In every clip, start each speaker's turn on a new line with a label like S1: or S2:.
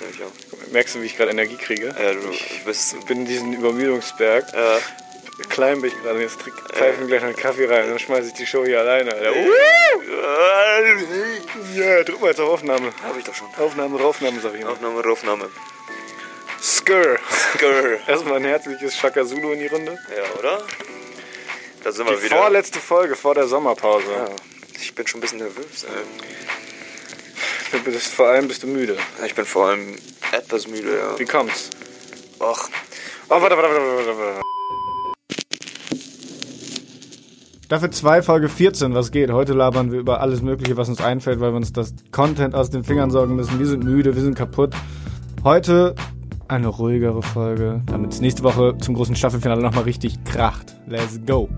S1: nämlich auch.
S2: Merkst du, wie ich gerade Energie kriege?
S1: Ja, Äh, du bist.
S2: Äh,
S1: äh,
S2: Ich bin in diesen Übermüdungsberg.
S1: Ja.
S2: Klein bin ich gerade. Jetzt trink- pfeifen gleich noch einen Kaffee rein. Dann schmeiße ich die Show hier alleine. Alter. Uh! Ja, drück mal jetzt auf Aufnahme.
S1: Hab ich doch schon.
S2: Aufnahme, Raufnahme, sag ich immer.
S1: Aufnahme, Aufnahme.
S2: Skrr.
S1: Girl.
S2: Erstmal ein herzliches Shaka Zulu in die Runde.
S1: Ja, oder? Da sind wir
S2: Die
S1: wieder.
S2: vorletzte Folge vor der Sommerpause.
S1: Ja. Ich bin schon ein bisschen nervös. Ey.
S2: Du bist, vor allem bist du müde.
S1: Ich bin vor allem etwas müde, ja.
S2: Wie kommt's?
S1: Ach,
S2: Oh, warte, warte, warte, warte, warte. Staffel 2, Folge 14, was geht? Heute labern wir über alles Mögliche, was uns einfällt, weil wir uns das Content aus den Fingern sorgen müssen. Wir sind müde, wir sind kaputt. Heute eine ruhigere Folge, damit es nächste Woche zum großen Staffelfinale nochmal richtig kracht. Let's go!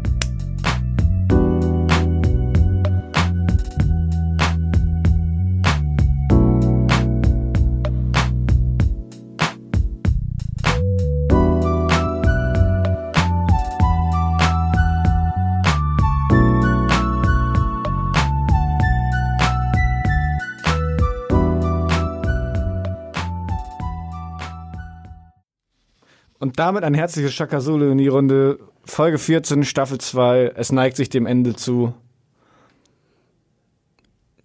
S2: Und damit ein herzliches Chakasole in die Runde. Folge 14, Staffel 2. Es neigt sich dem Ende zu.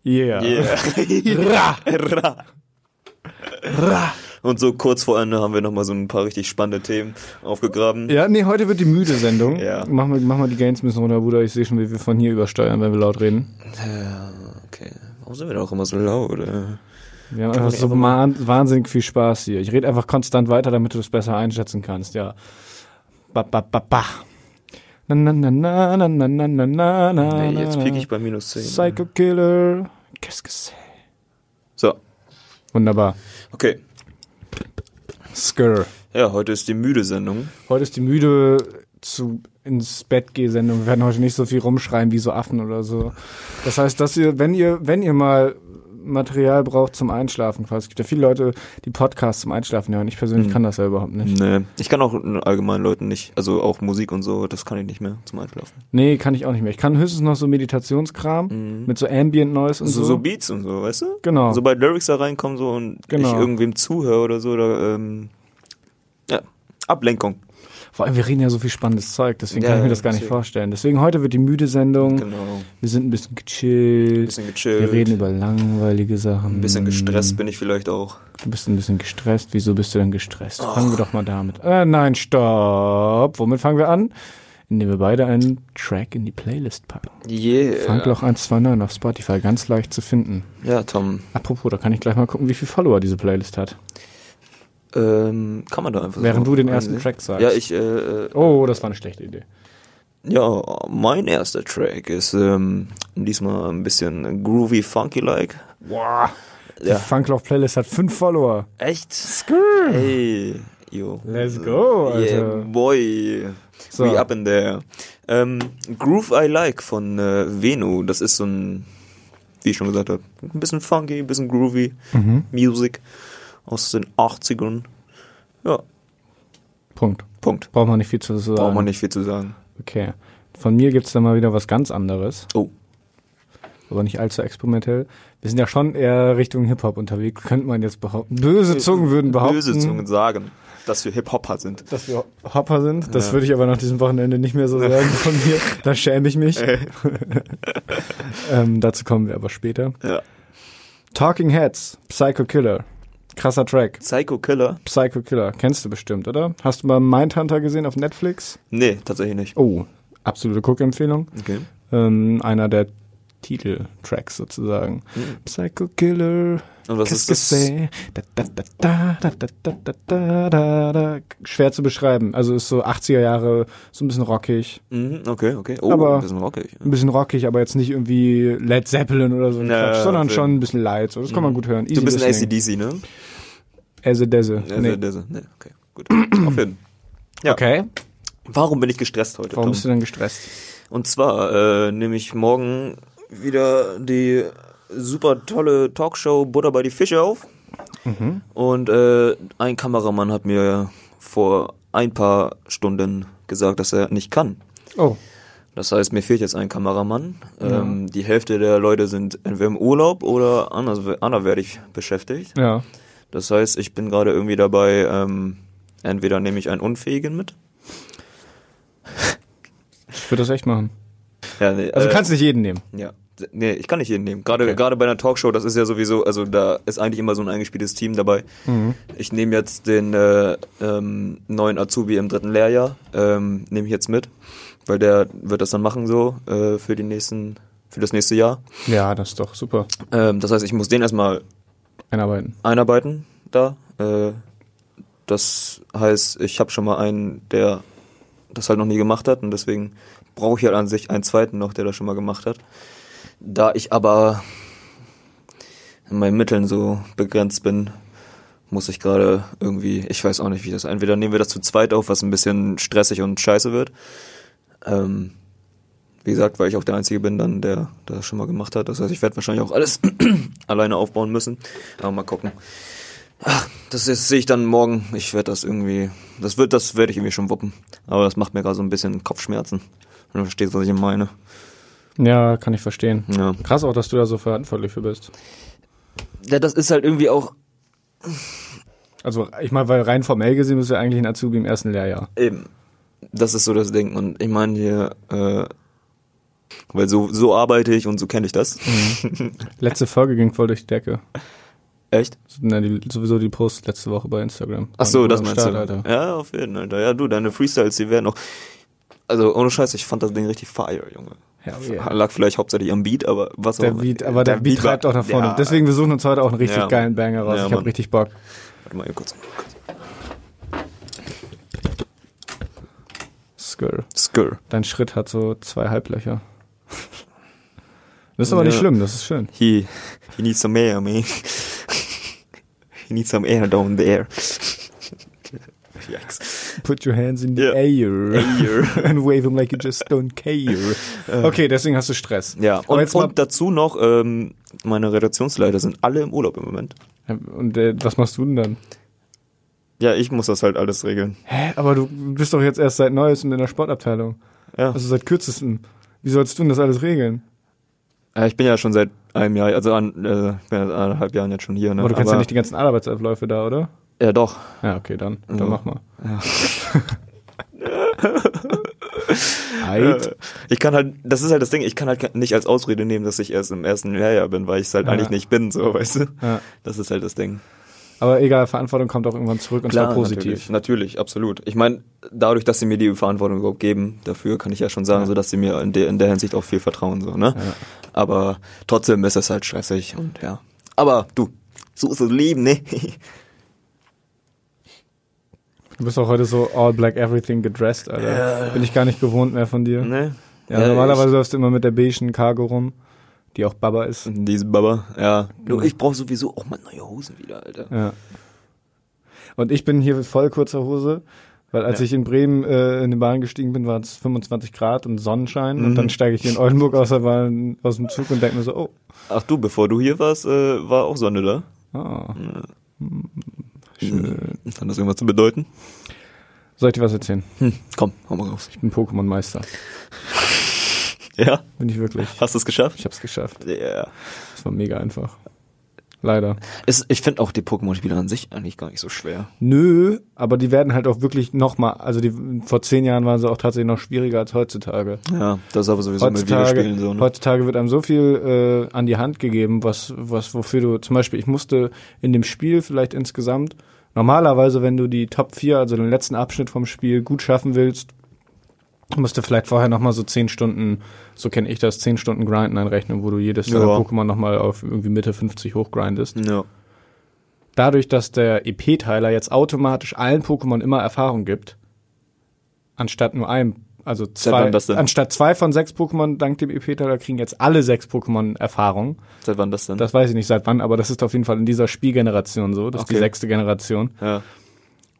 S2: Yeah. Ra.
S3: Ra.
S2: Ra.
S3: Und so kurz vor Ende haben wir nochmal so ein paar richtig spannende Themen aufgegraben.
S2: Ja, nee, heute wird die müde Sendung.
S3: Ja.
S2: Mach mal, mach mal die Gains ein bisschen runter, Bruder. Ich sehe schon, wie wir von hier übersteuern, wenn wir laut reden.
S3: Okay. Warum sind wir da auch immer so laut? äh?
S2: Wir haben einfach so ma- wahnsinnig viel Spaß hier. Ich rede einfach konstant weiter, damit du es besser einschätzen kannst, ja. Ba, ba, ba, ba. Na, na, na, na, na, na, na, na, na, na.
S3: Nee, jetzt piek ich bei minus 10.
S2: Psycho Killer. Qu'est-ce que c'est?
S3: So,
S2: Wunderbar.
S3: okay.
S2: Skrr.
S3: Ja, heute ist die müde Sendung.
S2: Heute ist die müde zu ins Bett geh Sendung. Wir werden heute nicht so viel rumschreien wie so Affen oder so. Das heißt, dass ihr, wenn ihr, wenn ihr mal Material braucht zum Einschlafen, quasi. Es gibt ja viele Leute, die Podcasts zum Einschlafen hören. Ich persönlich
S3: Mhm.
S2: kann das ja überhaupt nicht.
S3: Nee, ich kann auch allgemein Leuten nicht, also auch Musik und so, das kann ich nicht mehr zum Einschlafen.
S2: Nee, kann ich auch nicht mehr. Ich kann höchstens noch so Meditationskram mit so Ambient Noise und
S3: Mhm. So,
S2: so.
S3: so Beats und so, weißt du?
S2: Genau.
S3: Sobald Lyrics da reinkommen so und
S2: Genau.
S3: ich irgendwem zuhöre oder so, da, ähm, ja, Ablenkung.
S2: Vor allem, wir reden ja so viel spannendes Zeug, deswegen
S3: Ja,
S2: kann ich mir das gar nicht
S3: deswegen.
S2: vorstellen. Deswegen heute wird die müde Sendung.
S3: Genau.
S2: Wir sind ein bisschen gechillt.
S3: Bisschen gechillt.
S2: Hm. Wir reden über langweilige Sachen.
S3: Ein bisschen gestresst bin ich vielleicht auch.
S2: Du bist ein bisschen gestresst. Wieso bist du denn gestresst?
S3: Oh.
S2: Fangen wir doch mal damit. Äh, nein, stopp. Womit fangen wir an? Indem wir beide einen Track in die Playlist packen.
S3: Yeah.
S2: Funkloch 129 auf Spotify, ganz leicht zu finden.
S3: äh, Ja, Tom.
S2: Apropos, da kann ich gleich mal gucken, wie viele Follower diese Playlist hat.
S3: Ähm, kann man da einfach
S2: Während
S3: so
S2: du den ersten
S3: einsehen?
S2: Track sagst.
S3: Ja, ich, äh, äh,
S2: Oh, das war eine schlechte Idee.
S3: ja, mein erster Track ist ähm, diesmal ein bisschen groovy, funky-like.
S2: Wow. Die
S3: Ja.
S2: Funkloch-Playlist hat fünf Follower.
S3: Echt?
S2: Skrrr.
S3: Hey, yo.
S2: Let's go,
S3: Yeah,
S2: Alter.
S3: boy.
S2: So.
S3: We up in there. Ähm, Groove I Like von äh, Veno. Das ist so ein, wie ich schon gesagt habe, ein bisschen funky, ein bisschen groovy
S2: Mhm.
S3: Music aus den 80ern. Ja,
S2: Punkt.
S3: Punkt.
S2: Braucht man nicht viel zu sagen.
S3: Braucht man nicht viel zu sagen.
S2: Okay. Von mir gibt's dann mal wieder was ganz anderes.
S3: Oh.
S2: aber nicht allzu experimentell. Wir sind ja schon eher Richtung Hip-Hop unterwegs, könnte man jetzt behaupten. Böse Zungen würden behaupten,
S3: Äh, Böse Zungen sagen, dass wir Hip-Hopper sind.
S2: dass wir Hopper sind. Das würde ich aber nach diesem Wochenende nicht mehr so sagen von mir. Da schäme ich mich. ähm, dazu kommen wir aber später.
S3: Ja.
S2: Talking Heads, Psycho Killer. Krasser Track.
S3: Psycho Killer?
S2: Psycho Killer, kennst du bestimmt, oder? Hast du mal Mindhunter gesehen auf Netflix?
S3: Nee, tatsächlich nicht.
S2: Oh, absolute Cook-Empfehlung.
S3: Okay.
S2: Ähm, einer der Titeltracks sozusagen. Psycho Killer.
S3: Und Hm. was
S2: Qu'est-ce
S3: ist
S2: que
S3: das?
S2: c'est? Da, da, da, da, da, da, da, da, da, da, da. Schwer zu beschreiben. Also ist so 80er Jahre, so ein bisschen rockig.
S3: Mhm, okay, okay. Oh,
S2: Aber-
S3: ein bisschen rockig.
S2: Ein bisschen rockig, aber jetzt nicht irgendwie Led Zeppelin oder so, ein
S3: Ja, also-
S2: Quatsch, sondern
S3: okay.
S2: schon ein bisschen light. So. Das kann man gut hören. Easy
S3: So ein bisschen
S2: listening.
S3: ACDC, ne?
S2: Äse-Däse.
S3: Ja,
S2: Nee.
S3: nee. nee. Okay, gut. Auf jeden. Ja.
S2: Okay.
S3: Warum bin ich gestresst heute?
S2: Warum
S3: Tom?
S2: bist du denn gestresst?
S3: Und zwar äh, nehme ich morgen wieder die super tolle Talkshow Butter bei die Fische auf.
S2: Mhm.
S3: Und äh, ein Kameramann hat mir vor ein paar Stunden gesagt, dass er nicht kann.
S2: Oh.
S3: Das heißt, mir fehlt jetzt ein Kameramann. Ähm, die Hälfte der Leute sind entweder im Urlaub oder anders, anderweitig beschäftigt.
S2: Ja.
S3: Das heißt, ich bin gerade irgendwie dabei, ähm, entweder nehme ich einen Unfähigen mit.
S2: Ich würde das echt machen.
S3: Ja, nee,
S2: Also
S3: äh,
S2: du kannst nicht jeden nehmen.
S3: Ja. Nee, ich kann nicht jeden nehmen. Gerade
S2: Okay.
S3: gerade bei einer Talkshow, das ist ja sowieso, also da ist eigentlich immer so ein eingespieltes Team dabei.
S2: Mhm.
S3: Ich nehme jetzt den äh, ähm, neuen Azubi im dritten Lehrjahr, ähm, nehme ich jetzt mit, weil der wird das dann machen so äh, für die nächsten, für das nächste Jahr.
S2: Ja, das ist doch super.
S3: Ähm, das heißt, ich muss den erstmal
S2: Einarbeiten.
S3: einarbeiten da. Äh, das heißt, ich habe schon mal einen, der das halt noch nie gemacht hat und deswegen brauche ich halt an sich einen zweiten noch, der das schon mal gemacht hat. Da ich aber in meinen Mitteln so begrenzt bin, muss ich gerade irgendwie, ich weiß auch nicht, wie das, entweder nehmen wir das zu zweit auf, was ein bisschen stressig und scheiße wird. Ähm, wie gesagt, weil ich auch der Einzige bin dann, der das schon mal gemacht hat. Das heißt, ich werde wahrscheinlich auch alles alleine aufbauen müssen. Aber mal gucken. Ach, das ist- sehe ich dann morgen. Ich werde das irgendwie, das wird, das werde ich irgendwie schon wuppen. Aber das macht mir gerade so ein bisschen Kopfschmerzen. Wenn du verstehst, was ich meine.
S2: Ja, kann ich verstehen.
S3: Ja.
S2: Krass auch, dass du da so verantwortlich für bist.
S3: ja, das ist halt irgendwie auch
S2: Also ich meine, weil rein formell gesehen bist du ja eigentlich ein Azubi im ersten Lehrjahr.
S3: eben. Das ist so das Ding. Und ich meine hier, äh, weil so, so arbeite ich und so kenne ich das. Mhm.
S2: Letzte Folge ging voll durch die Decke.
S3: Echt?
S2: Na, die, sowieso die Posts letzte Woche bei Instagram.
S3: Ach so,
S2: Waren
S3: das
S2: am
S3: meinst
S2: Start,
S3: du.
S2: Alter.
S3: Ja, auf jeden Fall, Alter. Ja, du, deine Freestyles, die werden auch. Also, ohne Scheiß, ich fand das Ding richtig fire, Junge.
S2: Ja, ja.
S3: Lag vielleicht hauptsächlich am Beat, aber was
S2: Der
S3: auch
S2: Beat, aber der, Beat
S3: äh, war-
S2: treibt auch nach vorne.
S3: Ja,
S2: Deswegen, wir suchen uns heute auch einen richtig
S3: Ja, Mann.
S2: geilen Banger raus.
S3: Ja,
S2: ich hab
S3: Mann.
S2: richtig Bock.
S3: Warte mal, eben kurz.
S2: Skirl.
S3: Skirr.
S2: Dein Schritt hat so zwei Halblöcher. Das ist aber nicht
S3: Ja.
S2: schlimm, das ist schön.
S3: He, he needs some air, man. he needs some air down there. Yikes.
S2: Put your hands in the
S3: Ja.
S2: air
S3: Air.
S2: and wave them like you just don't care. Okay, deswegen hast du Stress.
S3: Ja,
S2: Aber
S3: und,
S2: jetzt mal-
S3: und dazu noch, ähm, meine Redaktionsleiter sind alle im Urlaub im Moment.
S2: Und äh, was machst du denn dann?
S3: Ja, ich muss das halt alles regeln.
S2: Hä, aber du bist doch jetzt erst seit Neuestem in der Sportabteilung.
S3: Ja.
S2: Also seit kürzestem. Wie sollst du denn das alles regeln?
S3: Ja, Äh, ich bin ja schon seit einem Jahr, also an, äh, ich bin ja seit anderthalb Jahren jetzt schon hier. Ne?
S2: Aber du kennst ja nicht die ganzen Arbeitsabläufe da, oder?
S3: Ja, doch.
S2: Ja, okay, dann. Dann
S3: Ja.
S2: mach mal.
S3: Ja.
S2: Eid.
S3: Äh, Ich kann halt, das ist halt das Ding, ich kann halt nicht als Ausrede nehmen, dass ich erst im ersten Lehrjahr bin, weil ich es halt
S2: Ja.
S3: eigentlich nicht bin, so, weißt du?
S2: Ja.
S3: Das ist halt das Ding.
S2: Aber egal, Verantwortung kommt auch irgendwann zurück und zwar positiv.
S3: Natürlich, natürlich, absolut. Ich meine, dadurch, dass sie mir die Verantwortung überhaupt geben, dafür kann ich ja schon sagen, so dass sie mir in der, in der Hinsicht auch viel vertrauen, so, ne? Aber trotzdem ist es halt stressig und ja. Aber du, so ist das Leben, ne?
S2: Du bist auch heute so all black everything gedressed, Alter. Bin ich gar nicht gewohnt mehr von dir.
S3: ne?
S2: Ja, normalerweise läufst du immer mit der beigen Cargo rum, die auch Baba ist.
S3: Diesen Baba, ja. Du, ich brauche sowieso auch mal neue Hosen wieder, Alter.
S2: Ja. Und ich bin hier mit voll kurzer Hose, weil als ich in Bremen äh, in die Bahn gestiegen bin, waren es 25 Grad und Sonnenschein. Und
S3: Mhm.
S2: dann steige ich hier in Oldenburg aus, der Bahn, aus dem Zug und denke mir so, oh,
S3: Ach du, bevor du hier warst, äh, war auch Sonne da.
S2: ah.
S3: Schön. Hat das irgendwas zu bedeuten?
S2: soll ich dir was erzählen?
S3: Hm, komm, hau mal raus.
S2: Ich bin Pokémon-Meister.
S3: Ja?
S2: Bin ich wirklich.
S3: Hast du es geschafft?
S2: Ich hab's geschafft.
S3: Ja.
S2: Das war mega einfach. Leider.
S3: Es, ich finde auch die Pokémon-Spiele an sich eigentlich gar nicht so schwer.
S2: Nö, aber die werden halt auch wirklich nochmal, also die vor zehn Jahren waren sie auch tatsächlich noch schwieriger als heutzutage.
S3: Ja, das ist aber sowieso mit
S2: heutzutage,
S3: Videospielen so, ne?
S2: heutzutage wird einem so viel äh, an die Hand gegeben, was, was, wofür du, zum Beispiel, ich musste in dem Spiel vielleicht insgesamt, normalerweise, wenn du die Top 4, also den letzten Abschnitt vom Spiel, gut schaffen willst, musst du vielleicht vorher nochmal so 10 Stunden, so kenne ich das, 10 Stunden Grinden einrechnen, wo du jedes äh,
S3: Ja.
S2: Pokémon nochmal auf irgendwie Mitte 50 hochgrindest.
S3: Ja.
S2: Dadurch, dass der EP-Teiler jetzt automatisch allen Pokémon immer Erfahrung gibt, anstatt nur einem, also
S3: wann
S2: zwei,
S3: das denn?
S2: anstatt zwei von sechs Pokémon dank dem EP-Teiler kriegen jetzt alle sechs Pokémon Erfahrung.
S3: Seit wann das denn?
S2: Das weiß ich nicht seit wann, aber das ist auf jeden Fall in dieser Spielgeneration so, das ist die
S3: Okay.
S2: sechste Generation.
S3: ja.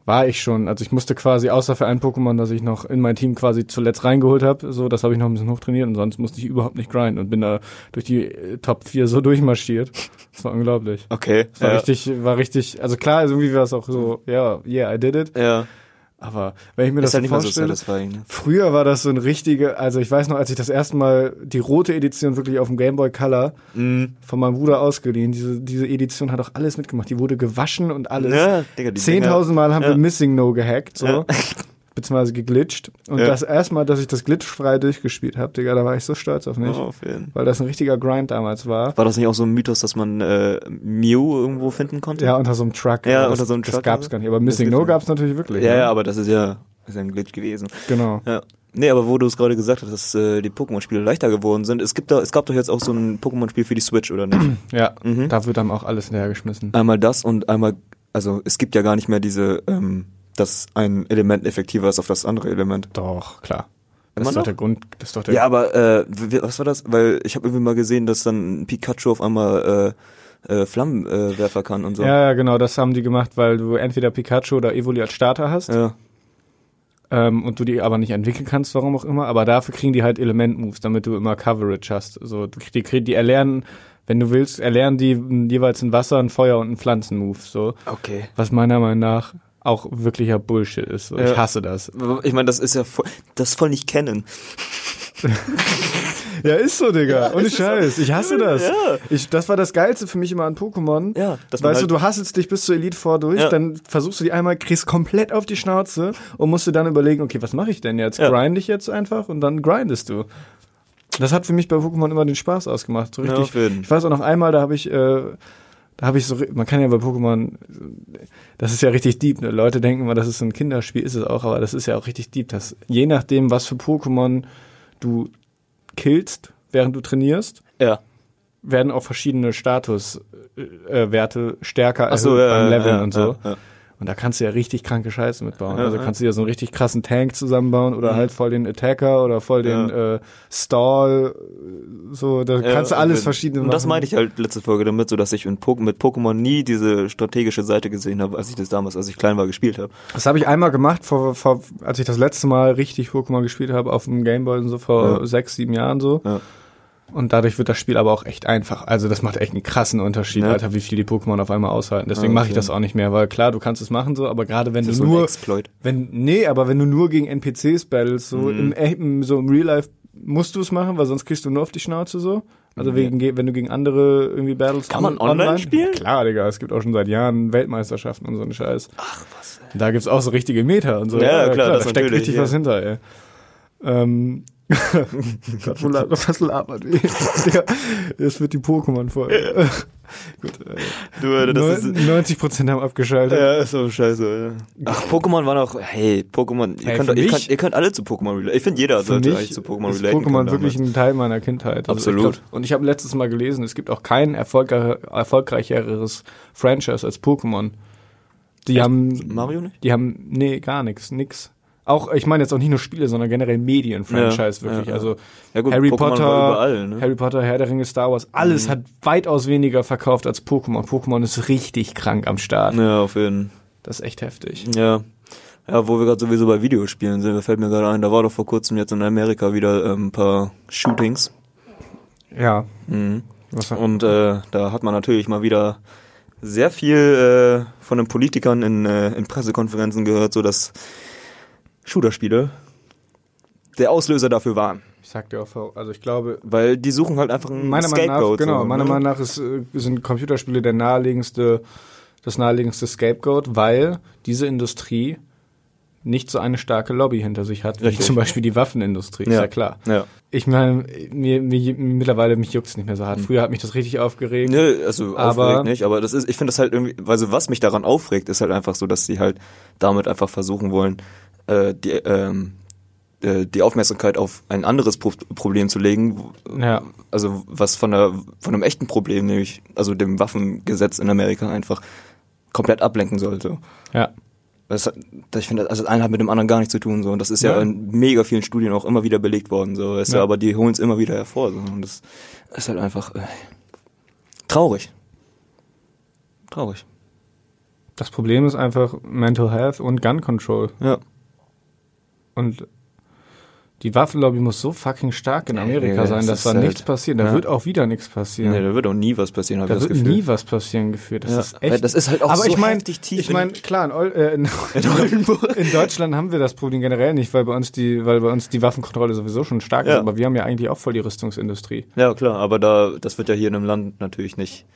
S2: War ich schon, also ich musste quasi, außer für ein Pokémon, das ich noch in mein Team quasi zuletzt reingeholt habe, so, das habe ich noch ein bisschen hochtrainiert und sonst musste ich überhaupt nicht grinden und bin da durch die äh, Top 4 so durchmarschiert. Das war unglaublich.
S3: Okay.
S2: War
S3: ja.
S2: richtig, war richtig, also klar, also irgendwie war es auch so, ja, yeah, I did it.
S3: Ja.
S2: Aber wenn ich mir das
S3: Ist halt nicht mehr so
S2: vorstelle,
S3: satisfying, ne?
S2: früher war das so ein richtige, also ich weiß noch, als ich das erste Mal die rote Edition wirklich auf dem Game Boy Color
S3: Mhm.
S2: von meinem Bruder ausgeliehen, diese, diese Edition hat auch alles mitgemacht. Die wurde gewaschen und alles.
S3: Ja, Digga, die
S2: 10.000 Mal haben
S3: Ja.
S2: wir Missing No gehackt, so.
S3: Ja.
S2: Beziehungsweise geglitscht. Und
S3: Ja.
S2: das erstmal, dass ich das glitchfrei durchgespielt habe, Digga, da war ich so stolz auf mich.
S3: Oh, Auf jeden.
S2: Weil das ein richtiger Grind damals war.
S3: War das nicht auch so ein Mythos, dass man äh, Mew irgendwo finden konnte?
S2: Ja, unter so einem Truck.
S3: Ja,
S2: das,
S3: unter so einem
S2: Das
S3: Truck,
S2: gab's
S3: also.
S2: gar nicht. Aber Missing No
S3: gibt's
S2: gab's natürlich wirklich.
S3: ja,
S2: ne?
S3: ja aber das ist ja ist ja ein Glitch gewesen.
S2: Genau.
S3: Ja. Nee, aber wo du es gerade gesagt hast, dass äh, die Pokémon-Spiele leichter geworden sind, es gibt da, es gab doch jetzt auch so ein Pokémon-Spiel für die Switch, oder nicht?
S2: Ja,
S3: Mhm.
S2: da wird dann auch alles näher geschmissen.
S3: einmal das und einmal, also es gibt ja gar nicht mehr diese, ähm, dass ein Element effektiver ist auf das andere Element.
S2: Doch, klar.
S3: Immer
S2: Das ist doch
S3: noch?
S2: der Grund. Das ist doch der
S3: Ja, aber äh, w- was war das? Weil ich habe irgendwie mal gesehen, dass dann Pikachu auf einmal äh, äh, Flammenwerfer äh, werfer kann und so.
S2: ja, ja, genau, das haben die gemacht, weil du entweder Pikachu oder Evoli als Starter hast
S3: Ja.
S2: ähm, und du die aber nicht entwickeln kannst, warum auch immer. Aber dafür kriegen die halt Element-Moves, damit du immer Coverage hast. So, du krieg- die, krieg- die erlernen, wenn du willst, erlernen die mm, jeweils ein Wasser, ein Feuer und einen Pflanzen-Move. So,
S3: Okay.
S2: was meiner Meinung nach auch wirklicher Bullshit ist. So.
S3: Ja.
S2: Ich hasse das.
S3: Ich meine, das ist ja voll, das ist voll nicht kennen.
S2: Ja, ist so, Digga. Ohne Scheiß. Ich hasse das.
S3: Ja.
S2: Ich, das war das Geilste für mich immer an Pokémon.
S3: Ja, dass man
S2: Weißt
S3: halt-
S2: du, du hasselst dich bis zur Elite vor durch,
S3: Ja.
S2: dann versuchst du die einmal, kriegst komplett auf die Schnauze und musst du dann überlegen, okay, was mache ich denn jetzt?
S3: Ja.
S2: Grind ich jetzt einfach und dann grindest du. Das hat für mich bei Pokémon immer den Spaß ausgemacht. So
S3: Ja,
S2: richtig.
S3: auf jeden.
S2: ich weiß auch noch einmal, da habe ich, äh, da habe ich so, ri- man kann ja bei Pokémon, das ist ja richtig deep. Ne? Leute denken immer, das ist so ein Kinderspiel, ist es auch, aber das ist ja auch richtig deep. Dass je nachdem, was für Pokémon du killst, während du trainierst,
S3: Ja.
S2: werden auch verschiedene Statuswerte äh, Werte stärker
S3: Ach so,
S2: erhöht
S3: ja,
S2: Also beim
S3: ja,
S2: Leveln
S3: ja,
S2: und so.
S3: ja, ja.
S2: Und da kannst du ja richtig kranke Scheiße mitbauen.
S3: Ja, Mhm.
S2: also
S3: ja.
S2: kannst du dir so einen richtig krassen Tank zusammenbauen oder halt voll den Attacker oder voll den äh, Stall. äh, So, da kannst du
S3: Ja,
S2: alles
S3: und-
S2: verschiedene
S3: Und das
S2: machen.
S3: meinte ich halt letzte Folge damit, so dass ich in Pok mit Pokémon nie diese strategische Seite gesehen habe, als ich das damals, als ich klein war, gespielt habe.
S2: Das habe ich einmal gemacht, vor, vor, als ich das letzte Mal richtig Pokémon gespielt habe, auf dem Gameboy und so vor
S3: Ja.
S2: sechs, sieben Jahren so.
S3: Ja.
S2: Und dadurch wird das Spiel aber auch echt einfach. Also das macht echt einen krassen Unterschied,
S3: Ja.
S2: Alter, wie viel die Pokémon auf einmal aushalten. Deswegen
S3: Ja,
S2: mache ich
S3: okay.
S2: das auch nicht mehr, weil klar, du kannst es machen so, aber gerade wenn du
S3: Das ist so ein
S2: nur,
S3: Exploit. Mhm.
S2: wenn nee, aber wenn du nur gegen NPCs battles, so im, echt- im so im Real Life musst du es machen, weil sonst kriegst du nur auf die Schnauze so. Also wegen ge- wenn du gegen andere irgendwie battles
S3: Kann man
S2: on-
S3: online spielen?
S2: Ja, klar, Digga, es gibt auch schon seit Jahren Weltmeisterschaften und so einen Scheiß. Ach was. Da gibt's auch so richtige Meter und so.
S3: Ja, klar, das
S2: da steckt
S3: natürlich,
S2: richtig
S3: ja.
S2: was hinter, ey. Ähm Gott, wo la- was labert ihr? Digga, Es wird die Pokémon-Folge. Gut, äh,
S3: Du, äh, das ist,
S2: 90% haben abgeschaltet.
S3: Ja, ist so scheiße. Ach, Pokémon war noch. Hey, Pokémon. Ihr,
S2: Hey,
S3: könnt,
S2: für
S3: ihr,
S2: mich-
S3: könnt, ihr könnt alle zu Pokémon relaten. Ich finde, jeder
S2: Für
S3: sollte
S2: mich
S3: eigentlich zu Pokémon
S2: ist
S3: relaten. können
S2: Pokémon wirklich
S3: damals.
S2: ein Teil meiner Kindheit. Also ich
S3: Absolut.
S2: glaub- und ich habe letztes Mal gelesen, es gibt auch kein erfolgre- erfolgreicheres Franchise als Pokémon. Die haben,
S3: Mario nicht?
S2: die haben, nee, gar nichts, nix. Auch, ich meine jetzt auch nicht nur Spiele, sondern generell Medien-Franchise
S3: Ja,
S2: wirklich.
S3: ja, ja.
S2: Also
S3: Ja gut,
S2: Harry
S3: Pokémon
S2: Potter,
S3: war überall, ne? Mhm.
S2: Harry Potter, Herr der Ringe, Star Wars, alles hat weitaus weniger verkauft als Pokémon. Pokémon ist richtig krank am Start.
S3: Ja, auf jeden
S2: Das ist echt heftig.
S3: Ja. Ja, wo wir gerade sowieso bei Videospielen sind, da fällt mir gerade ein, da war doch vor kurzem jetzt in Amerika wieder ähm, ein paar Shootings.
S2: Ja.
S3: Mhm.
S2: Was,
S3: Und äh, da hat man natürlich mal wieder sehr viel äh, von den Politikern in, äh, in Pressekonferenzen gehört, so dass Shooterspiele der Auslöser dafür waren.
S2: ich sag dir auch, also ich glaube,
S3: Weil die suchen halt einfach einen
S2: meiner Meinung nach,
S3: Scapegoat.
S2: genau,
S3: so,
S2: meiner
S3: ne?
S2: Meinung nach ist, äh, sind Computerspiele der naheliegendste, das naheliegendste Scapegoat, weil diese Industrie nicht so eine starke Lobby hinter sich hat, wie
S3: Richtig.
S2: zum Beispiel die Waffenindustrie, ist ja klar.
S3: Ja.
S2: Ich meine, mir, mir, mittlerweile mich juckt's nicht mehr so hart.
S3: Mhm.
S2: Früher hat mich das richtig aufgeregt.
S3: Nö, also
S2: Aber-
S3: aufgeregt nicht, aber das ist, ich finde das halt irgendwie, also was mich daran aufregt, ist halt einfach so, dass sie halt damit einfach versuchen wollen, äh, die, ähm, äh, die Aufmerksamkeit auf ein anderes Pro Problem zu legen, wo-
S2: Ja.
S3: also was von der von einem echten Problem, nämlich also dem Waffengesetz in Amerika einfach komplett ablenken sollte.
S2: Ja.
S3: Das, hat- ich finde, also das eine hat mit dem anderen gar nichts zu tun so und das ist ja,
S2: Ja.
S3: in mega vielen Studien auch immer wieder belegt worden so, weißt
S2: Ja.
S3: du, aber die holen es immer wieder hervor so und das ist halt einfach äh, traurig, traurig.
S2: Das Problem ist einfach Mental Health und Gun Control.
S3: Ja,
S2: Und Die Waffenlobby muss so fucking stark in Amerika
S3: nee, das
S2: sein, dass
S3: ist
S2: da
S3: halt-
S2: nichts passiert. Da
S3: ja.
S2: wird auch wieder nichts passieren.
S3: Nee, da wird auch nie was passieren, habe ich
S2: Da
S3: das
S2: wird
S3: Gefühl.
S2: nie was passieren geführt. Das
S3: Ja,
S2: ist
S3: weil
S2: echt.
S3: das ist halt auch
S2: aber
S3: so
S2: ich mein,
S3: heftig tief
S2: Ich
S3: in-
S2: meine, klar, in, Ol- äh, in, in Deutschland haben wir das Problem generell nicht, weil bei uns die, weil bei uns die Waffenkontrolle sowieso schon stark ist.
S3: Ja.
S2: Aber wir haben ja eigentlich auch voll die Rüstungsindustrie.
S3: Ja, klar, aber da, das wird ja hier in einem Land natürlich nicht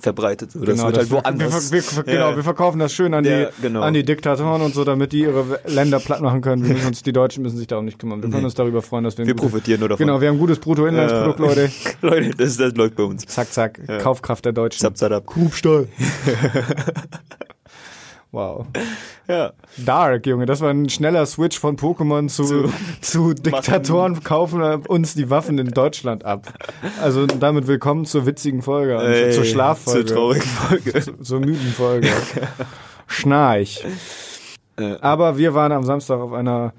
S3: verbreitet. So. das wird halt
S2: Genau, wir-
S3: woanders.
S2: Wir, wir, wir,
S3: Ja.
S2: genau, wir verkaufen das schön an,
S3: Ja,
S2: die,
S3: genau.
S2: an die Diktatoren und so, damit die ihre Länder platt machen können. Wir müssen uns, die Deutschen müssen sich darum nicht kümmern. Wir können uns darüber freuen, dass wir. ein
S3: Wir
S2: gutes-
S3: profitieren nur davon.
S2: Genau, wir haben ein gutes Bruttoinlandsprodukt,
S3: Ja.
S2: Leute.
S3: Leute, das, das läuft bei uns.
S2: Zack, zack. Kaufkraft der Deutschen.
S3: Zap, zap, zap.
S2: Grubstahl. wow.
S3: Ja.
S2: Dark, Junge, das war ein schneller Switch von Pokémon zu, zu, Diktatoren kaufen uns die Waffen in Deutschland ab. Also damit willkommen zur witzigen Folge, also
S3: Ey,
S2: zur Schlaffolge,
S3: Zur traurigen Folge.
S2: zu- zur müden Folge. Schnarch.
S3: Äh.
S2: Aber wir waren am Samstag auf einer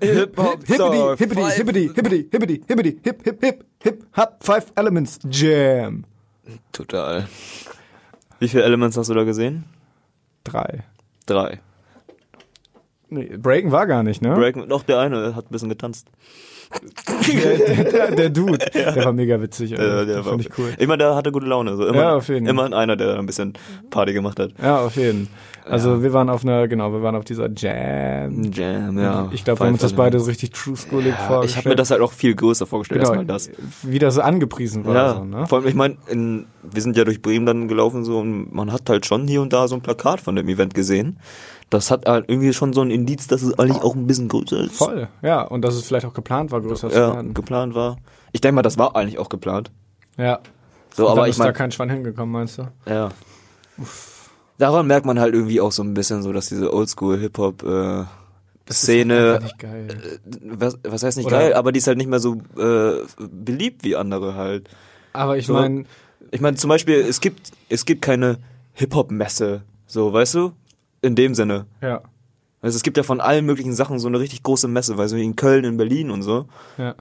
S3: Hip-Hop, Star,
S2: Äh, hippity,
S3: five.
S2: hippity, hippity, hippity, hippity, hip, hip, hip, hip, hop, five elements, jam.
S3: Total. Wie viele Elements hast du da gesehen?
S2: Drei.
S3: Drei.
S2: Nee, Breaken war gar nicht, ne?
S3: Breaking, doch, der eine hat ein bisschen getanzt.
S2: der, der, der, der Dude, der war mega witzig. Alter.
S3: Äh, der war
S2: Finde ich cool.
S3: Immer der hatte gute Laune. So. Immer,
S2: Ja, auf jeden Fall.
S3: immer einer, der ein bisschen Party gemacht hat.
S2: Ja, auf jeden. Also wir waren auf einer, genau, wir waren auf dieser Jam.
S3: Jam, ja.
S2: ich glaube, wir haben uns das
S3: Five
S2: beide so richtig true schoolig
S3: Ja,
S2: vorgestellt.
S3: ich habe mir das halt auch viel größer vorgestellt,
S2: genau,
S3: erstmal das.
S2: wie das so angepriesen war.
S3: Ja,
S2: So, ne?
S3: vor allem, ich meine, wir sind ja durch Bremen dann gelaufen so und man hat halt schon hier und da so ein Plakat von dem Event gesehen. Das hat halt irgendwie schon so ein Indiz, dass es eigentlich auch ein bisschen größer ist.
S2: Voll, ja. Und dass es vielleicht auch geplant war, größer zu
S3: Ja,
S2: werden.
S3: geplant war. Ich denke mal, das war eigentlich auch geplant.
S2: Ja.
S3: So,
S2: Und
S3: aber ich
S2: dann ist da
S3: meine,
S2: kein Schwann hingekommen, meinst du?
S3: ja. Daran merkt man halt irgendwie auch so ein bisschen so, dass diese Oldschool-Hip-Hop-Szene
S2: Finde
S3: Szene
S2: ich geil.
S3: äh, was, was heißt nicht
S2: halt Oder-
S3: geil, aber die ist halt nicht mehr so äh, beliebt wie andere halt.
S2: Aber ich
S3: so-
S2: meine,
S3: Ich meine, zum Beispiel, es gibt, es gibt keine Hip-Hop-Messe, so, weißt du? In dem Sinne.
S2: ja.
S3: Also es gibt ja von allen möglichen Sachen so eine richtig große Messe, weißt du, in Köln, in Berlin und so.
S2: ja.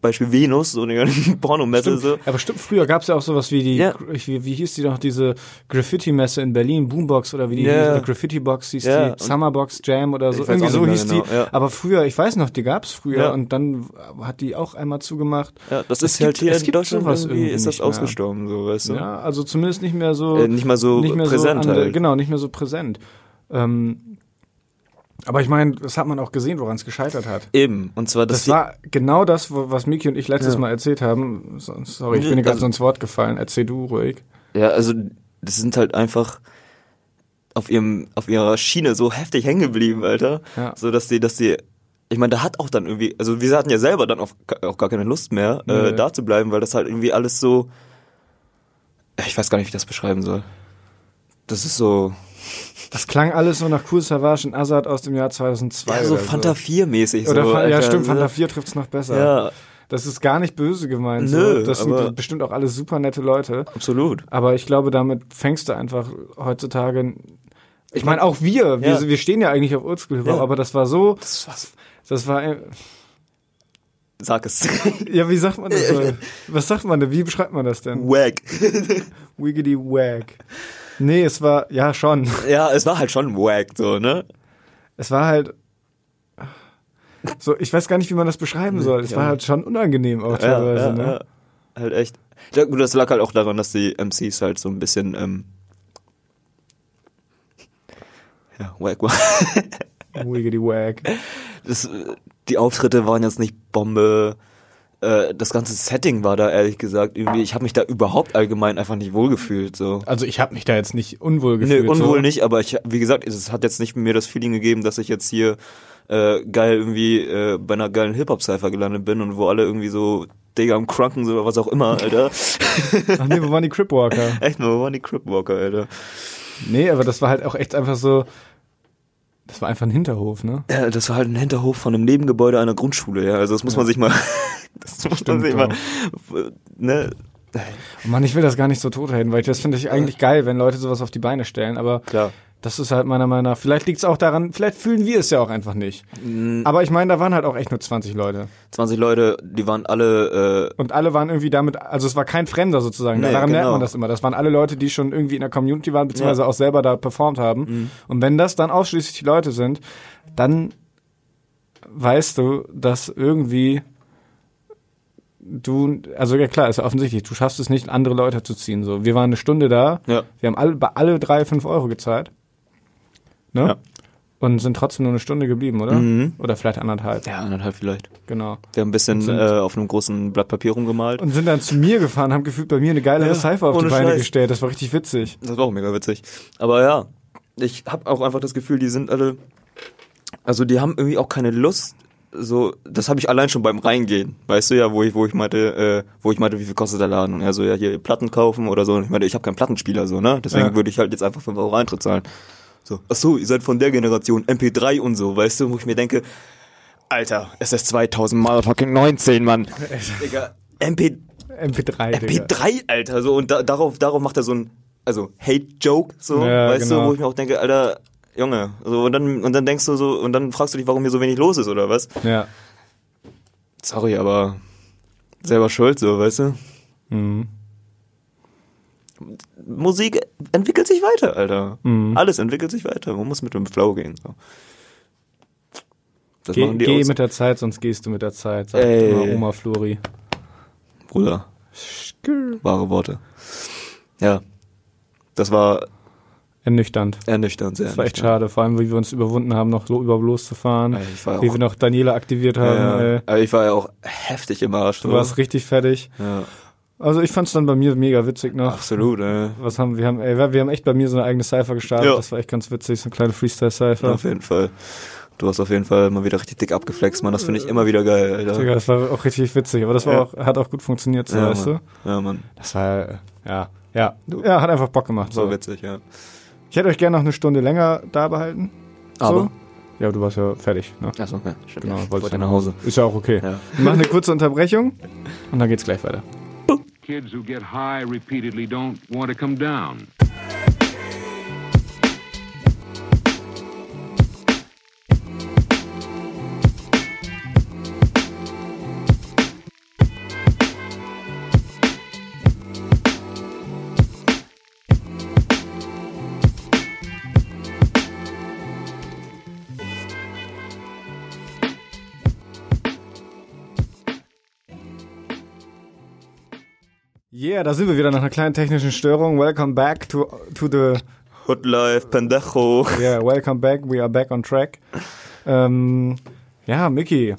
S3: Beispiel Venus, so eine Pornomesse, Also so.
S2: Stimmt. Aber stimmt, früher gab es ja auch sowas wie die,
S3: Ja.
S2: wie, wie hieß die noch, diese Graffiti-Messe in Berlin, Boombox oder wie die
S3: Ja.
S2: hieß, die Graffiti-Box hieß
S3: Ja,
S2: die,
S3: und-
S2: Summerbox Jam oder so,
S3: Ich weiß
S2: irgendwie
S3: auch
S2: so
S3: nicht mehr
S2: hieß
S3: genau,
S2: die.
S3: ja.
S2: Aber früher, ich weiß noch, die gab's früher
S3: Ja.
S2: und dann hat die auch einmal zugemacht.
S3: Ja, das
S2: Es
S3: ist halt
S2: gibt-
S3: hier
S2: es
S3: in
S2: gibt
S3: Deutschland
S2: sowas
S3: irgendwie,
S2: irgendwie
S3: ist das
S2: nicht mehr.
S3: ausgestorben, so, weißt du?
S2: Ja, also zumindest nicht mehr so,
S3: Ne? Äh, nicht mal so
S2: nicht mehr
S3: präsent
S2: so an der-
S3: halt.
S2: Genau, nicht mehr so präsent. Ähm, aber ich meine, das hat man auch gesehen, woran es gescheitert hat.
S3: Eben, und zwar das,
S2: Das war genau das, wo- was Miki und ich letztes Mal erzählt haben. So- Sorry, ich bin dir gerade
S3: Also-
S2: so ins Wort gefallen. Erzähl du ruhig.
S3: ja, also das sind halt einfach auf ihrem auf ihrer Schiene so heftig hängen geblieben, Alter,
S2: Ja.
S3: so dass die dass die ich meine, da hat auch dann irgendwie, also wir hatten ja selber dann auch, auch gar keine Lust mehr,
S2: Nee.
S3: äh, da zu bleiben, weil das halt irgendwie alles so, ich weiß gar nicht, wie ich das beschreiben soll. Das ist so,
S2: Das klang alles so nach Cool Savage und Azad aus dem Jahr 2002.
S3: ja, so
S2: oder
S3: Fanta 4 mäßig.
S2: Oder
S3: so,
S2: Fan- ja,
S3: Alter,
S2: stimmt, Fanta
S3: ne?
S2: 4 trifft's noch besser.
S3: Ja,
S2: Das ist gar nicht böse gemeint. so.
S3: Nö,
S2: Das
S3: aber-
S2: sind bestimmt auch alles super nette Leute.
S3: absolut.
S2: Aber ich glaube, damit fängst du einfach heutzutage. Ich meine, auch wir, wir,
S3: Ja.
S2: wir stehen ja eigentlich auf Oldschool,
S3: Ja.
S2: aber das war so,
S3: Das war's.
S2: das war, äh,
S3: Sag es.
S2: ja, wie sagt man das? äh? Was sagt man denn? Wie beschreibt man das denn?
S3: Wack.
S2: Wiggity wag. Nee, es war, ja, schon.
S3: Ja, es war halt schon wack, so, ne?
S2: Es war halt, so, ich weiß gar nicht, wie man das beschreiben soll. Es war halt schon unangenehm auch teilweise, ne?
S3: ja. Halt echt. Ja, gut, das lag halt auch daran, dass die MCs halt so ein bisschen, ähm, ja, wack war.
S2: Wiggity wag.
S3: Das, äh, die Auftritte waren jetzt nicht Bombe. Äh, Das ganze Setting war da ehrlich gesagt irgendwie, ich habe mich da überhaupt allgemein einfach nicht wohlgefühlt. So.
S2: Also ich habe mich da jetzt nicht unwohl
S3: Nee,
S2: gefühlt.
S3: unwohl
S2: so.
S3: nicht, aber ich, wie gesagt, es hat jetzt nicht mir das Feeling gegeben, dass ich jetzt hier äh, geil irgendwie äh, bei einer geilen Hip-Hop-Cypher gelandet bin und wo alle irgendwie so, Digga, am Crunken sind oder was auch immer, Alter.
S2: Ach nee, wo waren die Cripwalker?
S3: Echt mal, wo waren die Cripwalker, Alter?
S2: Nee, aber das war halt auch echt einfach so, das war einfach ein Hinterhof, ne?
S3: Ja, das war halt ein Hinterhof von einem Nebengebäude einer Grundschule, ja. Also das muss man sich mal, das muss man
S2: Stimmt,
S3: sich mal, ne?
S2: Oh Mann, ich will das gar nicht so totreden, weil ich- das finde ich eigentlich geil, wenn Leute sowas auf die Beine stellen, aber
S3: Klar.
S2: das ist halt meiner Meinung nach, vielleicht liegt es auch daran, vielleicht fühlen wir es ja auch einfach nicht. Aber ich meine, da waren halt auch echt nur 20 Leute.
S3: 20 Leute, die waren alle, äh,
S2: Und alle waren irgendwie damit, also es war kein Fremder sozusagen,
S3: Nee,
S2: daran merkt
S3: genau.
S2: man das immer. Das waren alle Leute, die schon irgendwie in der Community waren, beziehungsweise
S3: Mhm.
S2: auch selber da performt haben. Und wenn das dann ausschließlich die Leute sind, dann weißt du, dass irgendwie du, also ja klar, ist ja offensichtlich, du schaffst es nicht, andere Leute zu ziehen. So, wir waren eine Stunde da,
S3: äh, Ja.
S2: wir haben alle, bei alle drei fünf Euro gezahlt. Ne?
S3: Ja.
S2: Und sind trotzdem nur eine Stunde geblieben, oder?
S3: Mhm.
S2: Oder vielleicht anderthalb.
S3: Ja, anderthalb vielleicht.
S2: Genau.
S3: Wir haben ein bisschen
S2: Sind-
S3: äh, auf einem großen Blatt Papier rumgemalt.
S2: Und sind dann zu mir gefahren, haben gefühlt bei mir eine geilere
S3: Ja,
S2: Cypher auf die
S3: ohne
S2: Beine
S3: Scheiß.
S2: gestellt. Das war richtig witzig.
S3: Das war auch mega witzig. Aber ja, ich habe auch einfach das Gefühl, die sind alle. Also die haben irgendwie auch keine Lust. So, das habe ich allein schon beim Reingehen. Weißt du ja, wo ich, wo ich meinte, äh, wo ich meinte, wie viel kostet der Laden? Und er so, ja, hier Platten kaufen oder so. Und ich meinte, ich habe keinen Plattenspieler so, ne? Deswegen
S2: Ja.
S3: würde ich halt jetzt einfach 5 Euro Eintritt zahlen. So, ach so, ihr seid von der Generation MP3 und so, weißt du, wo ich mir denke, Alter, es ist 2000 mal fucking 19, Mann. Digga, MP3.
S2: MP3, Digga.
S3: MP3, Alter, so und da, darauf, darauf macht er so ein, also Hate-Joke, so,
S2: Ja,
S3: weißt
S2: genau.
S3: du, wo ich mir auch denke, Alter, Junge, so und dann und dann denkst du so und dann fragst du dich, warum hier so wenig los ist oder was?
S2: Ja.
S3: Sorry, aber selber schuld, so, weißt du?
S2: Mhm.
S3: Musik entwickelt sich weiter, Alter.
S2: Mhm.
S3: Alles entwickelt sich weiter. Man muss mit dem Flow gehen. So. Das
S2: Geh,
S3: machen die
S2: geh
S3: aus,
S2: mit der Zeit, sonst gehst du mit der Zeit, sagt
S3: Ey.
S2: immer Oma Flori.
S3: Bruder. Wahre Worte. Ja. Das war
S2: Ernüchternd.
S3: ernüchternd, sehr
S2: Das war echt
S3: ernüchternd.
S2: schade, vor allem wie wir uns überwunden haben, noch so über loszufahren,
S3: Ey, ich war
S2: wie
S3: auch-
S2: wir noch Daniela aktiviert haben.
S3: Ja,
S2: Ey,
S3: aber ich war ja auch heftig im Arsch.
S2: du
S3: so.
S2: warst richtig fertig.
S3: Ja,
S2: Also ich fand's dann bei mir mega witzig noch.
S3: absolut, ey.
S2: Was haben wir haben ey, wir haben echt bei mir so eine eigene Cypher gestartet,
S3: Ja.
S2: das war echt ganz witzig, so eine kleine Freestyle Cypher.
S3: Auf jeden Fall. Du hast auf jeden Fall mal wieder richtig dick abgeflext, Mann. Das finde ich immer wieder geil,
S2: Digga,
S3: Alter.
S2: das war auch richtig witzig, aber das war
S3: Ja.
S2: auch, hat auch gut funktioniert, so,
S3: Ja,
S2: weißt du?
S3: Mann. Ja, Mann.
S2: Das war äh, ja, ja, ja, hat einfach Bock gemacht.
S3: So
S2: So.
S3: witzig, ja.
S2: Ich hätte euch gerne noch eine Stunde länger da behalten.
S3: Aber-
S2: So. Ja, du warst ja fertig, ne?
S3: Achso, ja. Stimmt.
S2: Genau,
S3: ich
S2: wolltest
S3: wollte
S2: ja
S3: nach Hause.
S2: Ist ja auch okay.
S3: Ja.
S2: Wir machen eine kurze Unterbrechung und dann geht's gleich weiter.
S4: Kids who get high repeatedly don't want to come down.
S2: Yeah, da sind wir wieder nach einer kleinen technischen Störung. Welcome back to, to the.
S3: Hoodlife, Pendejo.
S2: Yeah, welcome back. We are back on track. Ähm, ja, Mickey.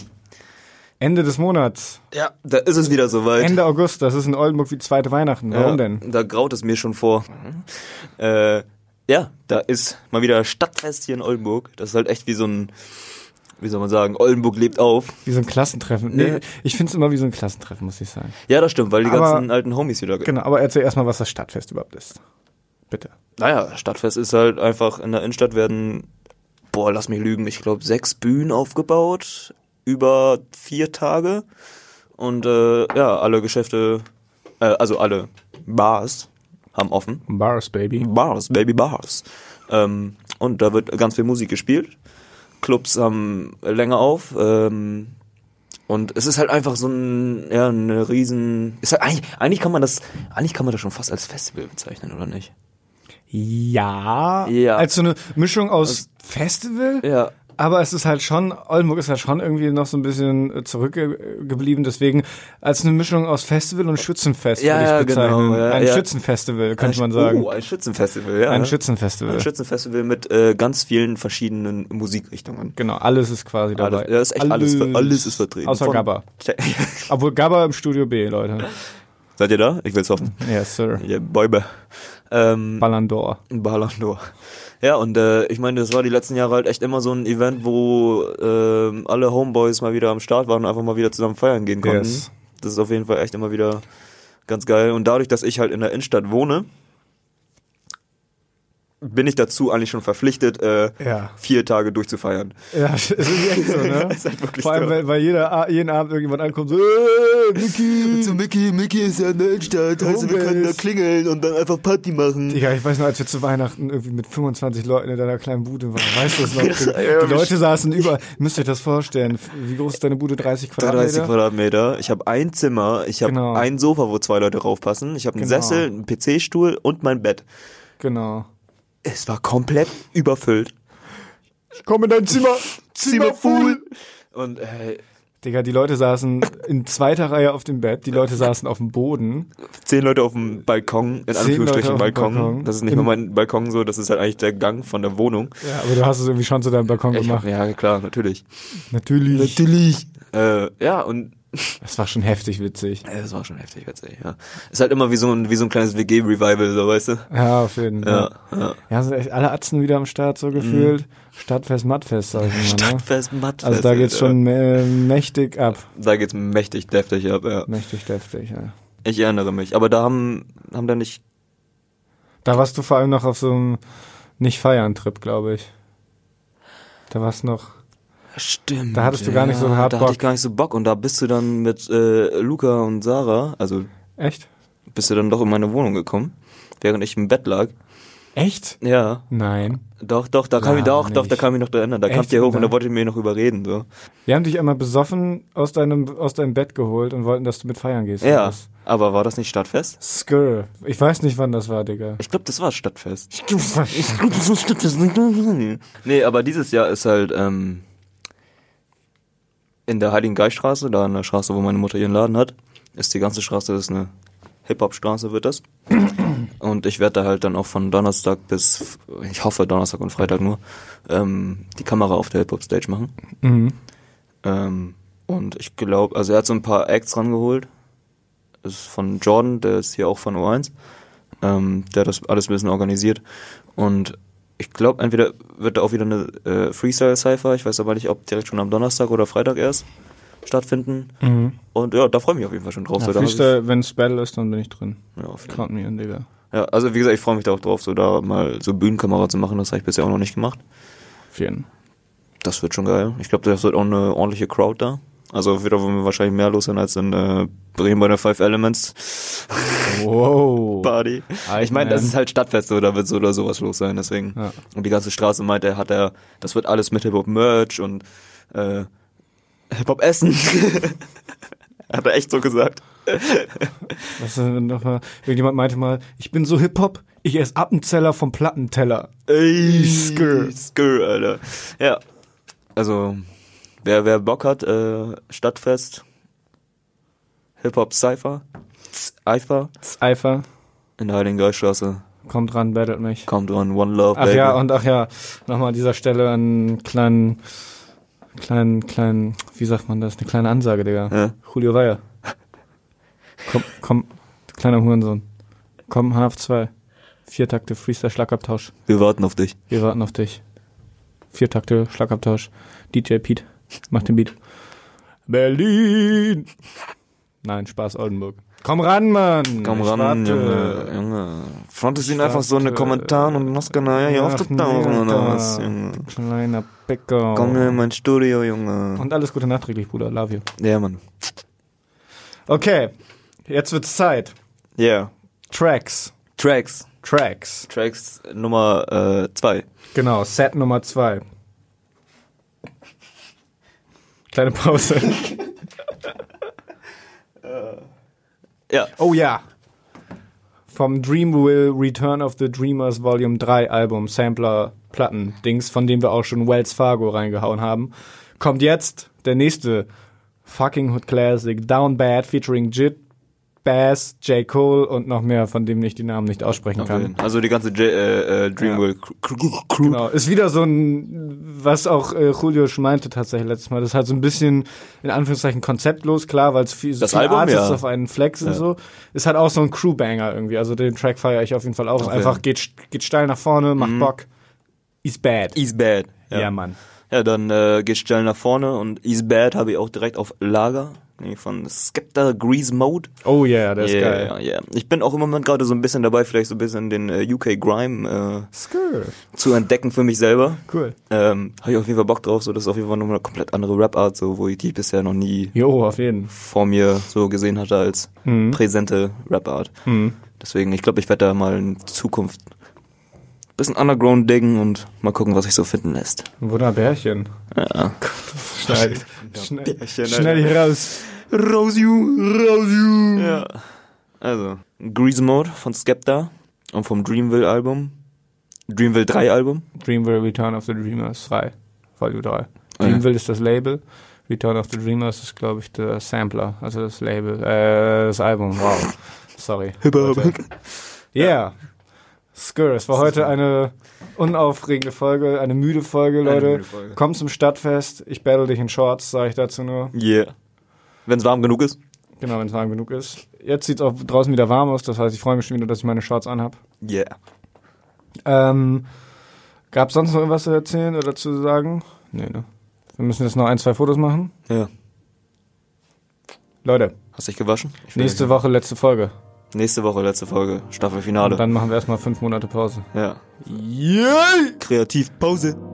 S2: Ende des Monats.
S3: Ja, da ist es wieder soweit.
S2: Ende August. Das ist in Oldenburg wie zweite Weihnachten. Warum
S3: ja,
S2: denn?
S3: Da graut es mir schon vor. Äh, ja, da ist mal wieder Stadtfest hier in Oldenburg. Das ist halt echt wie so ein, wie soll man sagen, Oldenburg lebt auf.
S2: Wie so ein Klassentreffen. Nee,
S3: Nee.
S2: ich find's immer wie so ein Klassentreffen, muss ich sagen.
S3: Ja, das stimmt, weil die
S2: Aber-
S3: ganzen alten Homies wieder
S2: Genau, aber erzähl erstmal, was das Stadtfest überhaupt ist. Bitte.
S3: Naja, Stadtfest ist halt einfach, in der Innenstadt werden, boah, lass mich lügen, ich glaube sechs Bühnen aufgebaut, über vier Tage. Und äh, ja, alle Geschäfte, äh, also alle Bars haben offen.
S2: Bars, Baby.
S3: Bars, Baby Bars. Ähm, und da wird ganz viel Musik gespielt. Clubs haben länger auf. Ähm, und es ist halt einfach so ein, ja, eine riesen, ist halt, eigentlich, eigentlich kann man das, eigentlich kann man das schon fast als Festival bezeichnen, oder nicht?
S2: Ja.
S3: Ja. Also
S2: Als so eine Mischung aus Festival.
S3: Ja,
S2: Aber es ist halt schon, Oldenburg ist halt schon irgendwie noch so ein bisschen äh, zurückgeblieben, deswegen als eine Mischung aus Festival und Schützenfest
S3: Ja,
S2: würde
S3: ja,
S2: ich bezeichnen.
S3: genau, ja,
S2: ein
S3: ja.
S2: Schützenfestival, könnte man sagen.
S3: Oh, ein Schützenfestival, ja.
S2: ein Schützenfestival.
S3: Ein Schützenfestival mit äh, ganz vielen verschiedenen Musikrichtungen.
S2: genau, alles ist quasi dabei.
S3: Alles, ja, ist echt alles, ver- alles ist vertreten.
S2: Außer
S3: Von-
S2: Gabba. Obwohl Gabba im Studio B, Leute.
S3: Seid ihr da? Ich will's hoffen.
S2: Yes, Sir.
S3: Ja, Bäume. Ähm,
S2: Ballandor.
S3: Ballandor. Ja, und äh, ich meine, das war die letzten Jahre halt echt immer so ein Event, wo ähm, alle Homeboys mal wieder am Start waren und einfach mal wieder zusammen feiern gehen konnten.
S2: Yes.
S3: Das ist auf jeden Fall echt immer wieder ganz geil. Und dadurch, dass ich halt in der Innenstadt wohne, bin ich dazu eigentlich schon verpflichtet, äh,
S2: Ja.
S3: vier Tage durchzufeiern.
S2: Ja, es ist echt so, ne?
S3: Ist halt wirklich
S2: Vor allem,
S3: so.
S2: weil, weil jeder, A- jeden Abend irgendjemand ankommt, so, äh, Mickey.
S3: So, Mickey, Mickey ist ja in der Innenstadt,
S2: also wir könnten da
S3: klingeln und dann einfach Party machen.
S2: Digga, ich weiß noch, als wir zu Weihnachten irgendwie mit 25 Leuten in deiner kleinen Bude waren, weißt du das noch?
S3: ja,
S2: Die Leute saßen über, müsst ihr euch das vorstellen, wie groß ist deine Bude? 30 Quadratmeter?
S3: 30 Quadratmeter, ich habe ein Zimmer, ich habe
S2: Genau.
S3: ein Sofa, wo zwei Leute raufpassen, ich habe einen
S2: Genau.
S3: Sessel, einen PC-Stuhl und mein Bett.
S2: Genau.
S3: Es war komplett überfüllt.
S2: Ich komm in dein Zimmer,
S3: Zimmerfuhl. Und äh,
S2: Digga, die Leute saßen in zweiter Reihe auf dem Bett, die Leute saßen auf dem Boden.
S3: zehn Leute auf dem Balkon, in
S2: Leute
S3: Anführungsstrichen
S2: auf dem
S3: Balkon.
S2: Balkon.
S3: Das ist nicht
S2: Im-
S3: mal mein Balkon so, das ist halt eigentlich der Gang von der Wohnung.
S2: Ja, aber du hast es irgendwie schon zu deinem Balkon
S3: Ich hab,
S2: gemacht.
S3: ja, klar, natürlich.
S2: Natürlich.
S3: Natürlich. Äh, ja, und
S2: Das war schon heftig witzig.
S3: äh, das war schon heftig, witzig, ja. Ist halt immer wie so ein, wie so ein kleines WG-Revival, so, weißt du?
S2: Ja, auf jeden Fall.
S3: Ja, ja.
S2: Ja, ne? sind echt alle Atzen wieder am Start so gefühlt. Stadtfest, Mattfest, sag ich mal. Ne?
S3: Mhm. Stadtfest, Mattfest.
S2: Also da geht's
S3: äh,
S2: schon äh, mächtig ab.
S3: Da geht's mächtig deftig ab, ja.
S2: Mächtig deftig, ja.
S3: Ich erinnere mich. Aber da haben, haben da nicht,
S2: Da warst du vor allem noch auf so einem Nicht-Feiern-Trip, glaube ich. Da warst noch.
S3: Stimmt.
S2: Da hattest du gar nicht so hart
S3: Da hatte ich
S2: Bock.
S3: gar nicht so Bock und da bist du dann mit äh, Luca und Sarah, also
S2: Echt?
S3: bist du dann doch in meine Wohnung gekommen, während ich im Bett lag.
S2: Echt?
S3: Ja,
S2: Nein.
S3: doch, doch, da kam
S2: Ja,
S3: ich doch, doch, da
S2: nicht.
S3: kam ich noch erinnern. Da
S2: Echt?
S3: kamt ihr hoch und
S2: Nein.
S3: da wollte ich mir noch überreden so.
S2: Wir haben dich einmal besoffen aus deinem, aus deinem Bett geholt und wollten, dass du mit feiern gehst.
S3: Ja, aber war das nicht Stadtfest?
S2: Skrr. Ich weiß nicht, wann das war, Digga.
S3: Ich glaube, das war Stadtfest. nee, aber dieses Jahr ist halt ähm, in der Heiligen Geiststraße, da an der Straße, wo meine Mutter ihren Laden hat, ist die ganze Straße, das ist eine Hip-Hop-Straße, wird das. Und ich werde da halt dann auch von Donnerstag bis, ich hoffe Donnerstag und Freitag nur, ähm, die Kamera auf der Hip-Hop-Stage machen.
S2: Mhm.
S3: Ähm, und ich glaube, also er hat so ein paar Acts rangeholt. Das ist von Jordan, der ist hier auch von O1. Ähm, der hat das alles ein bisschen organisiert. Und ich glaube, entweder wird da auch wieder eine äh, Freestyle-Cypher, ich weiß aber nicht, ob direkt schon am Donnerstag oder Freitag erst stattfinden. Und ja, da freue ich mich auf jeden Fall schon drauf. so, da hab ich-
S2: Freestyle, wenn es Battle ist, dann bin ich drin.
S3: ja, auf jeden Fall.
S2: Count me in, Digga.
S3: ja, also wie gesagt, ich freue mich da auch drauf, so da mal so Bühnenkamera zu machen. Das habe ich bisher auch noch nicht gemacht.
S2: Auf jeden.
S3: Das wird schon geil. Ich glaube, das wird halt auch eine ordentliche Crowd da. Also wieder wollen wir wahrscheinlich mehr los sein als in äh, Bremen bei der Five Elements
S2: Wow.
S3: Party.
S2: Alter,
S3: ich meine, das
S2: man.
S3: ist halt Stadtfest, so, da wird so oder sowas los sein, deswegen.
S2: Ja.
S3: Und die ganze Straße meint er, hat er, das wird alles mit Hip-Hop-Merch und äh, Hip-Hop-Essen. hat er echt so gesagt.
S2: Was ist denn äh, noch mal? Irgendjemand meinte mal, ich bin so Hip-Hop, ich esse Appenzeller vom Plattenteller.
S3: Ey,
S2: Skr.
S3: Skr, Alter. Ja. Also, wer, wer Bock hat, äh, Stadtfest, Hip-Hop-Cypher, Eifer,
S2: Eifer,
S3: in der Heiligen Geiststraße,
S2: kommt ran, battelt mich.
S3: kommt on, One Love,
S2: Ach
S3: Baby.
S2: ja, und ach ja, nochmal an dieser Stelle einen kleinen, kleinen, kleinen, wie sagt man das, eine kleine Ansage, Digga.
S3: Ja.
S2: Julio Weyer. Komm, komm, du kleiner Hurensohn. Komm, HF2. Vier Takte Freestyle Schlagabtausch.
S3: Wir warten auf dich.
S2: Wir warten auf dich. Vier Takte Schlagabtausch. DJ Pete, mach den Beat. Berlin! Nein, Spaß, Oldenburg. Komm ran, Mann!
S3: Komm
S2: Ich
S3: ran,
S2: warte.
S3: Junge, Junge. Frontest ihn einfach so in den
S2: warte.
S3: Kommentaren und lass keiner hier
S2: Ach,
S3: aufgetauchen
S2: nee,
S3: oder
S2: Alter.
S3: was, Junge.
S2: Kleiner Bäcker.
S3: Komm hier in mein Studio, Junge.
S2: Und alles Gute nachträglich, Bruder. Love you.
S3: Ja, Mann.
S2: Okay, jetzt wird's Zeit.
S3: Yeah.
S2: Tracks.
S3: Tracks.
S2: Tracks.
S3: Tracks Nummer äh, zwei.
S2: Genau, Set Nummer zwei. Kleine Pause.
S3: Ja.
S2: Oh ja. Vom Dreamwill Return of the Dreamers Volume 3 Album Sampler Platten Dings, von dem wir auch schon Wells Fargo reingehauen haben, kommt jetzt der nächste fucking Hood Classic Down Bad featuring Jit, Bass, J. Cole und noch mehr, von dem ich die Namen nicht aussprechen kann.
S3: Also die ganze J äh, äh, Dreamworld Crew.
S2: Genau, ist wieder so ein, was auch äh, Julio schon meinte tatsächlich letztes Mal, das ist halt so ein bisschen, in Anführungszeichen, konzeptlos, klar, weil es viel,
S3: Das
S2: viel
S3: Album,
S2: Artists
S3: ja.
S2: auf einen Flex und so, ist halt auch so ein Crewbanger irgendwie, also den Track feiere ich auf jeden Fall auch, ist
S3: Auf
S2: einfach
S3: jeden.
S2: geht, geht steil nach vorne, macht Bock, ist bad.
S3: Is bad.
S2: ja. Mann.
S3: Mhm. Ja, dann äh, gehst schnell nach vorne und Is bad habe ich auch direkt auf Lager. Nee, von Skepta Grease Mode.
S2: Oh yeah, der ist
S3: yeah,
S2: geil.
S3: Yeah, yeah. Ich bin auch im Moment gerade so ein bisschen dabei, vielleicht so ein bisschen den äh, UK Grime
S2: Skr.
S3: äh, zu entdecken für mich selber.
S2: Cool.
S3: Ähm, habe ich auf jeden Fall Bock drauf, so das ist auf jeden Fall nochmal eine komplett andere Rap-Art, so wo ich die bisher noch nie
S2: Jo, auf jeden.
S3: vor mir so gesehen hatte als
S2: Mhm.
S3: präsente Rap-Art. Deswegen, ich glaube, ich werde da mal in Zukunft ein bisschen Underground diggen und mal gucken, was sich so finden lässt.
S2: Wunderbärchen.
S3: Ja.
S2: Schneid. Schnell, schnell hier raus.
S3: Raus you, raus you. Ja. Also, Grease Mode von Skepta und vom Dreamville-Album. Dreamville 3-Album. Ah,
S2: Dreamville Return of the Dreamers 3, Volume 3. Dreamville ist das Label, Return of the Dreamers ist, glaube ich, der Sampler, also das Label, äh, das Album. Wow. Sorry. Leute. Yeah. Skur, es war heute eine unaufregende Folge, eine müde Folge, Leute.
S3: müde Folge.
S2: Komm zum Stadtfest, ich battle dich in Shorts, sage ich dazu nur.
S3: Yeah. Wenn es warm genug ist.
S2: Genau, wenn es warm genug ist. Jetzt sieht es auch draußen wieder warm aus, das heißt, ich freue mich schon wieder, dass ich meine Shorts anhab.
S3: Yeah.
S2: Ähm, Gab sonst noch irgendwas zu erzählen oder zu sagen? Nee, ne? Wir müssen jetzt noch ein, zwei Fotos machen.
S3: Ja.
S2: Leute,
S3: Hast dich gewaschen? Ich will
S2: nächste Woche letzte Folge.
S3: nicht. Nächste Woche, letzte Folge,
S2: Und
S3: Staffelfinale.
S2: dann machen wir erstmal fünf Monate Pause.
S3: Ja.
S2: Yay!
S3: Kreativ Pause.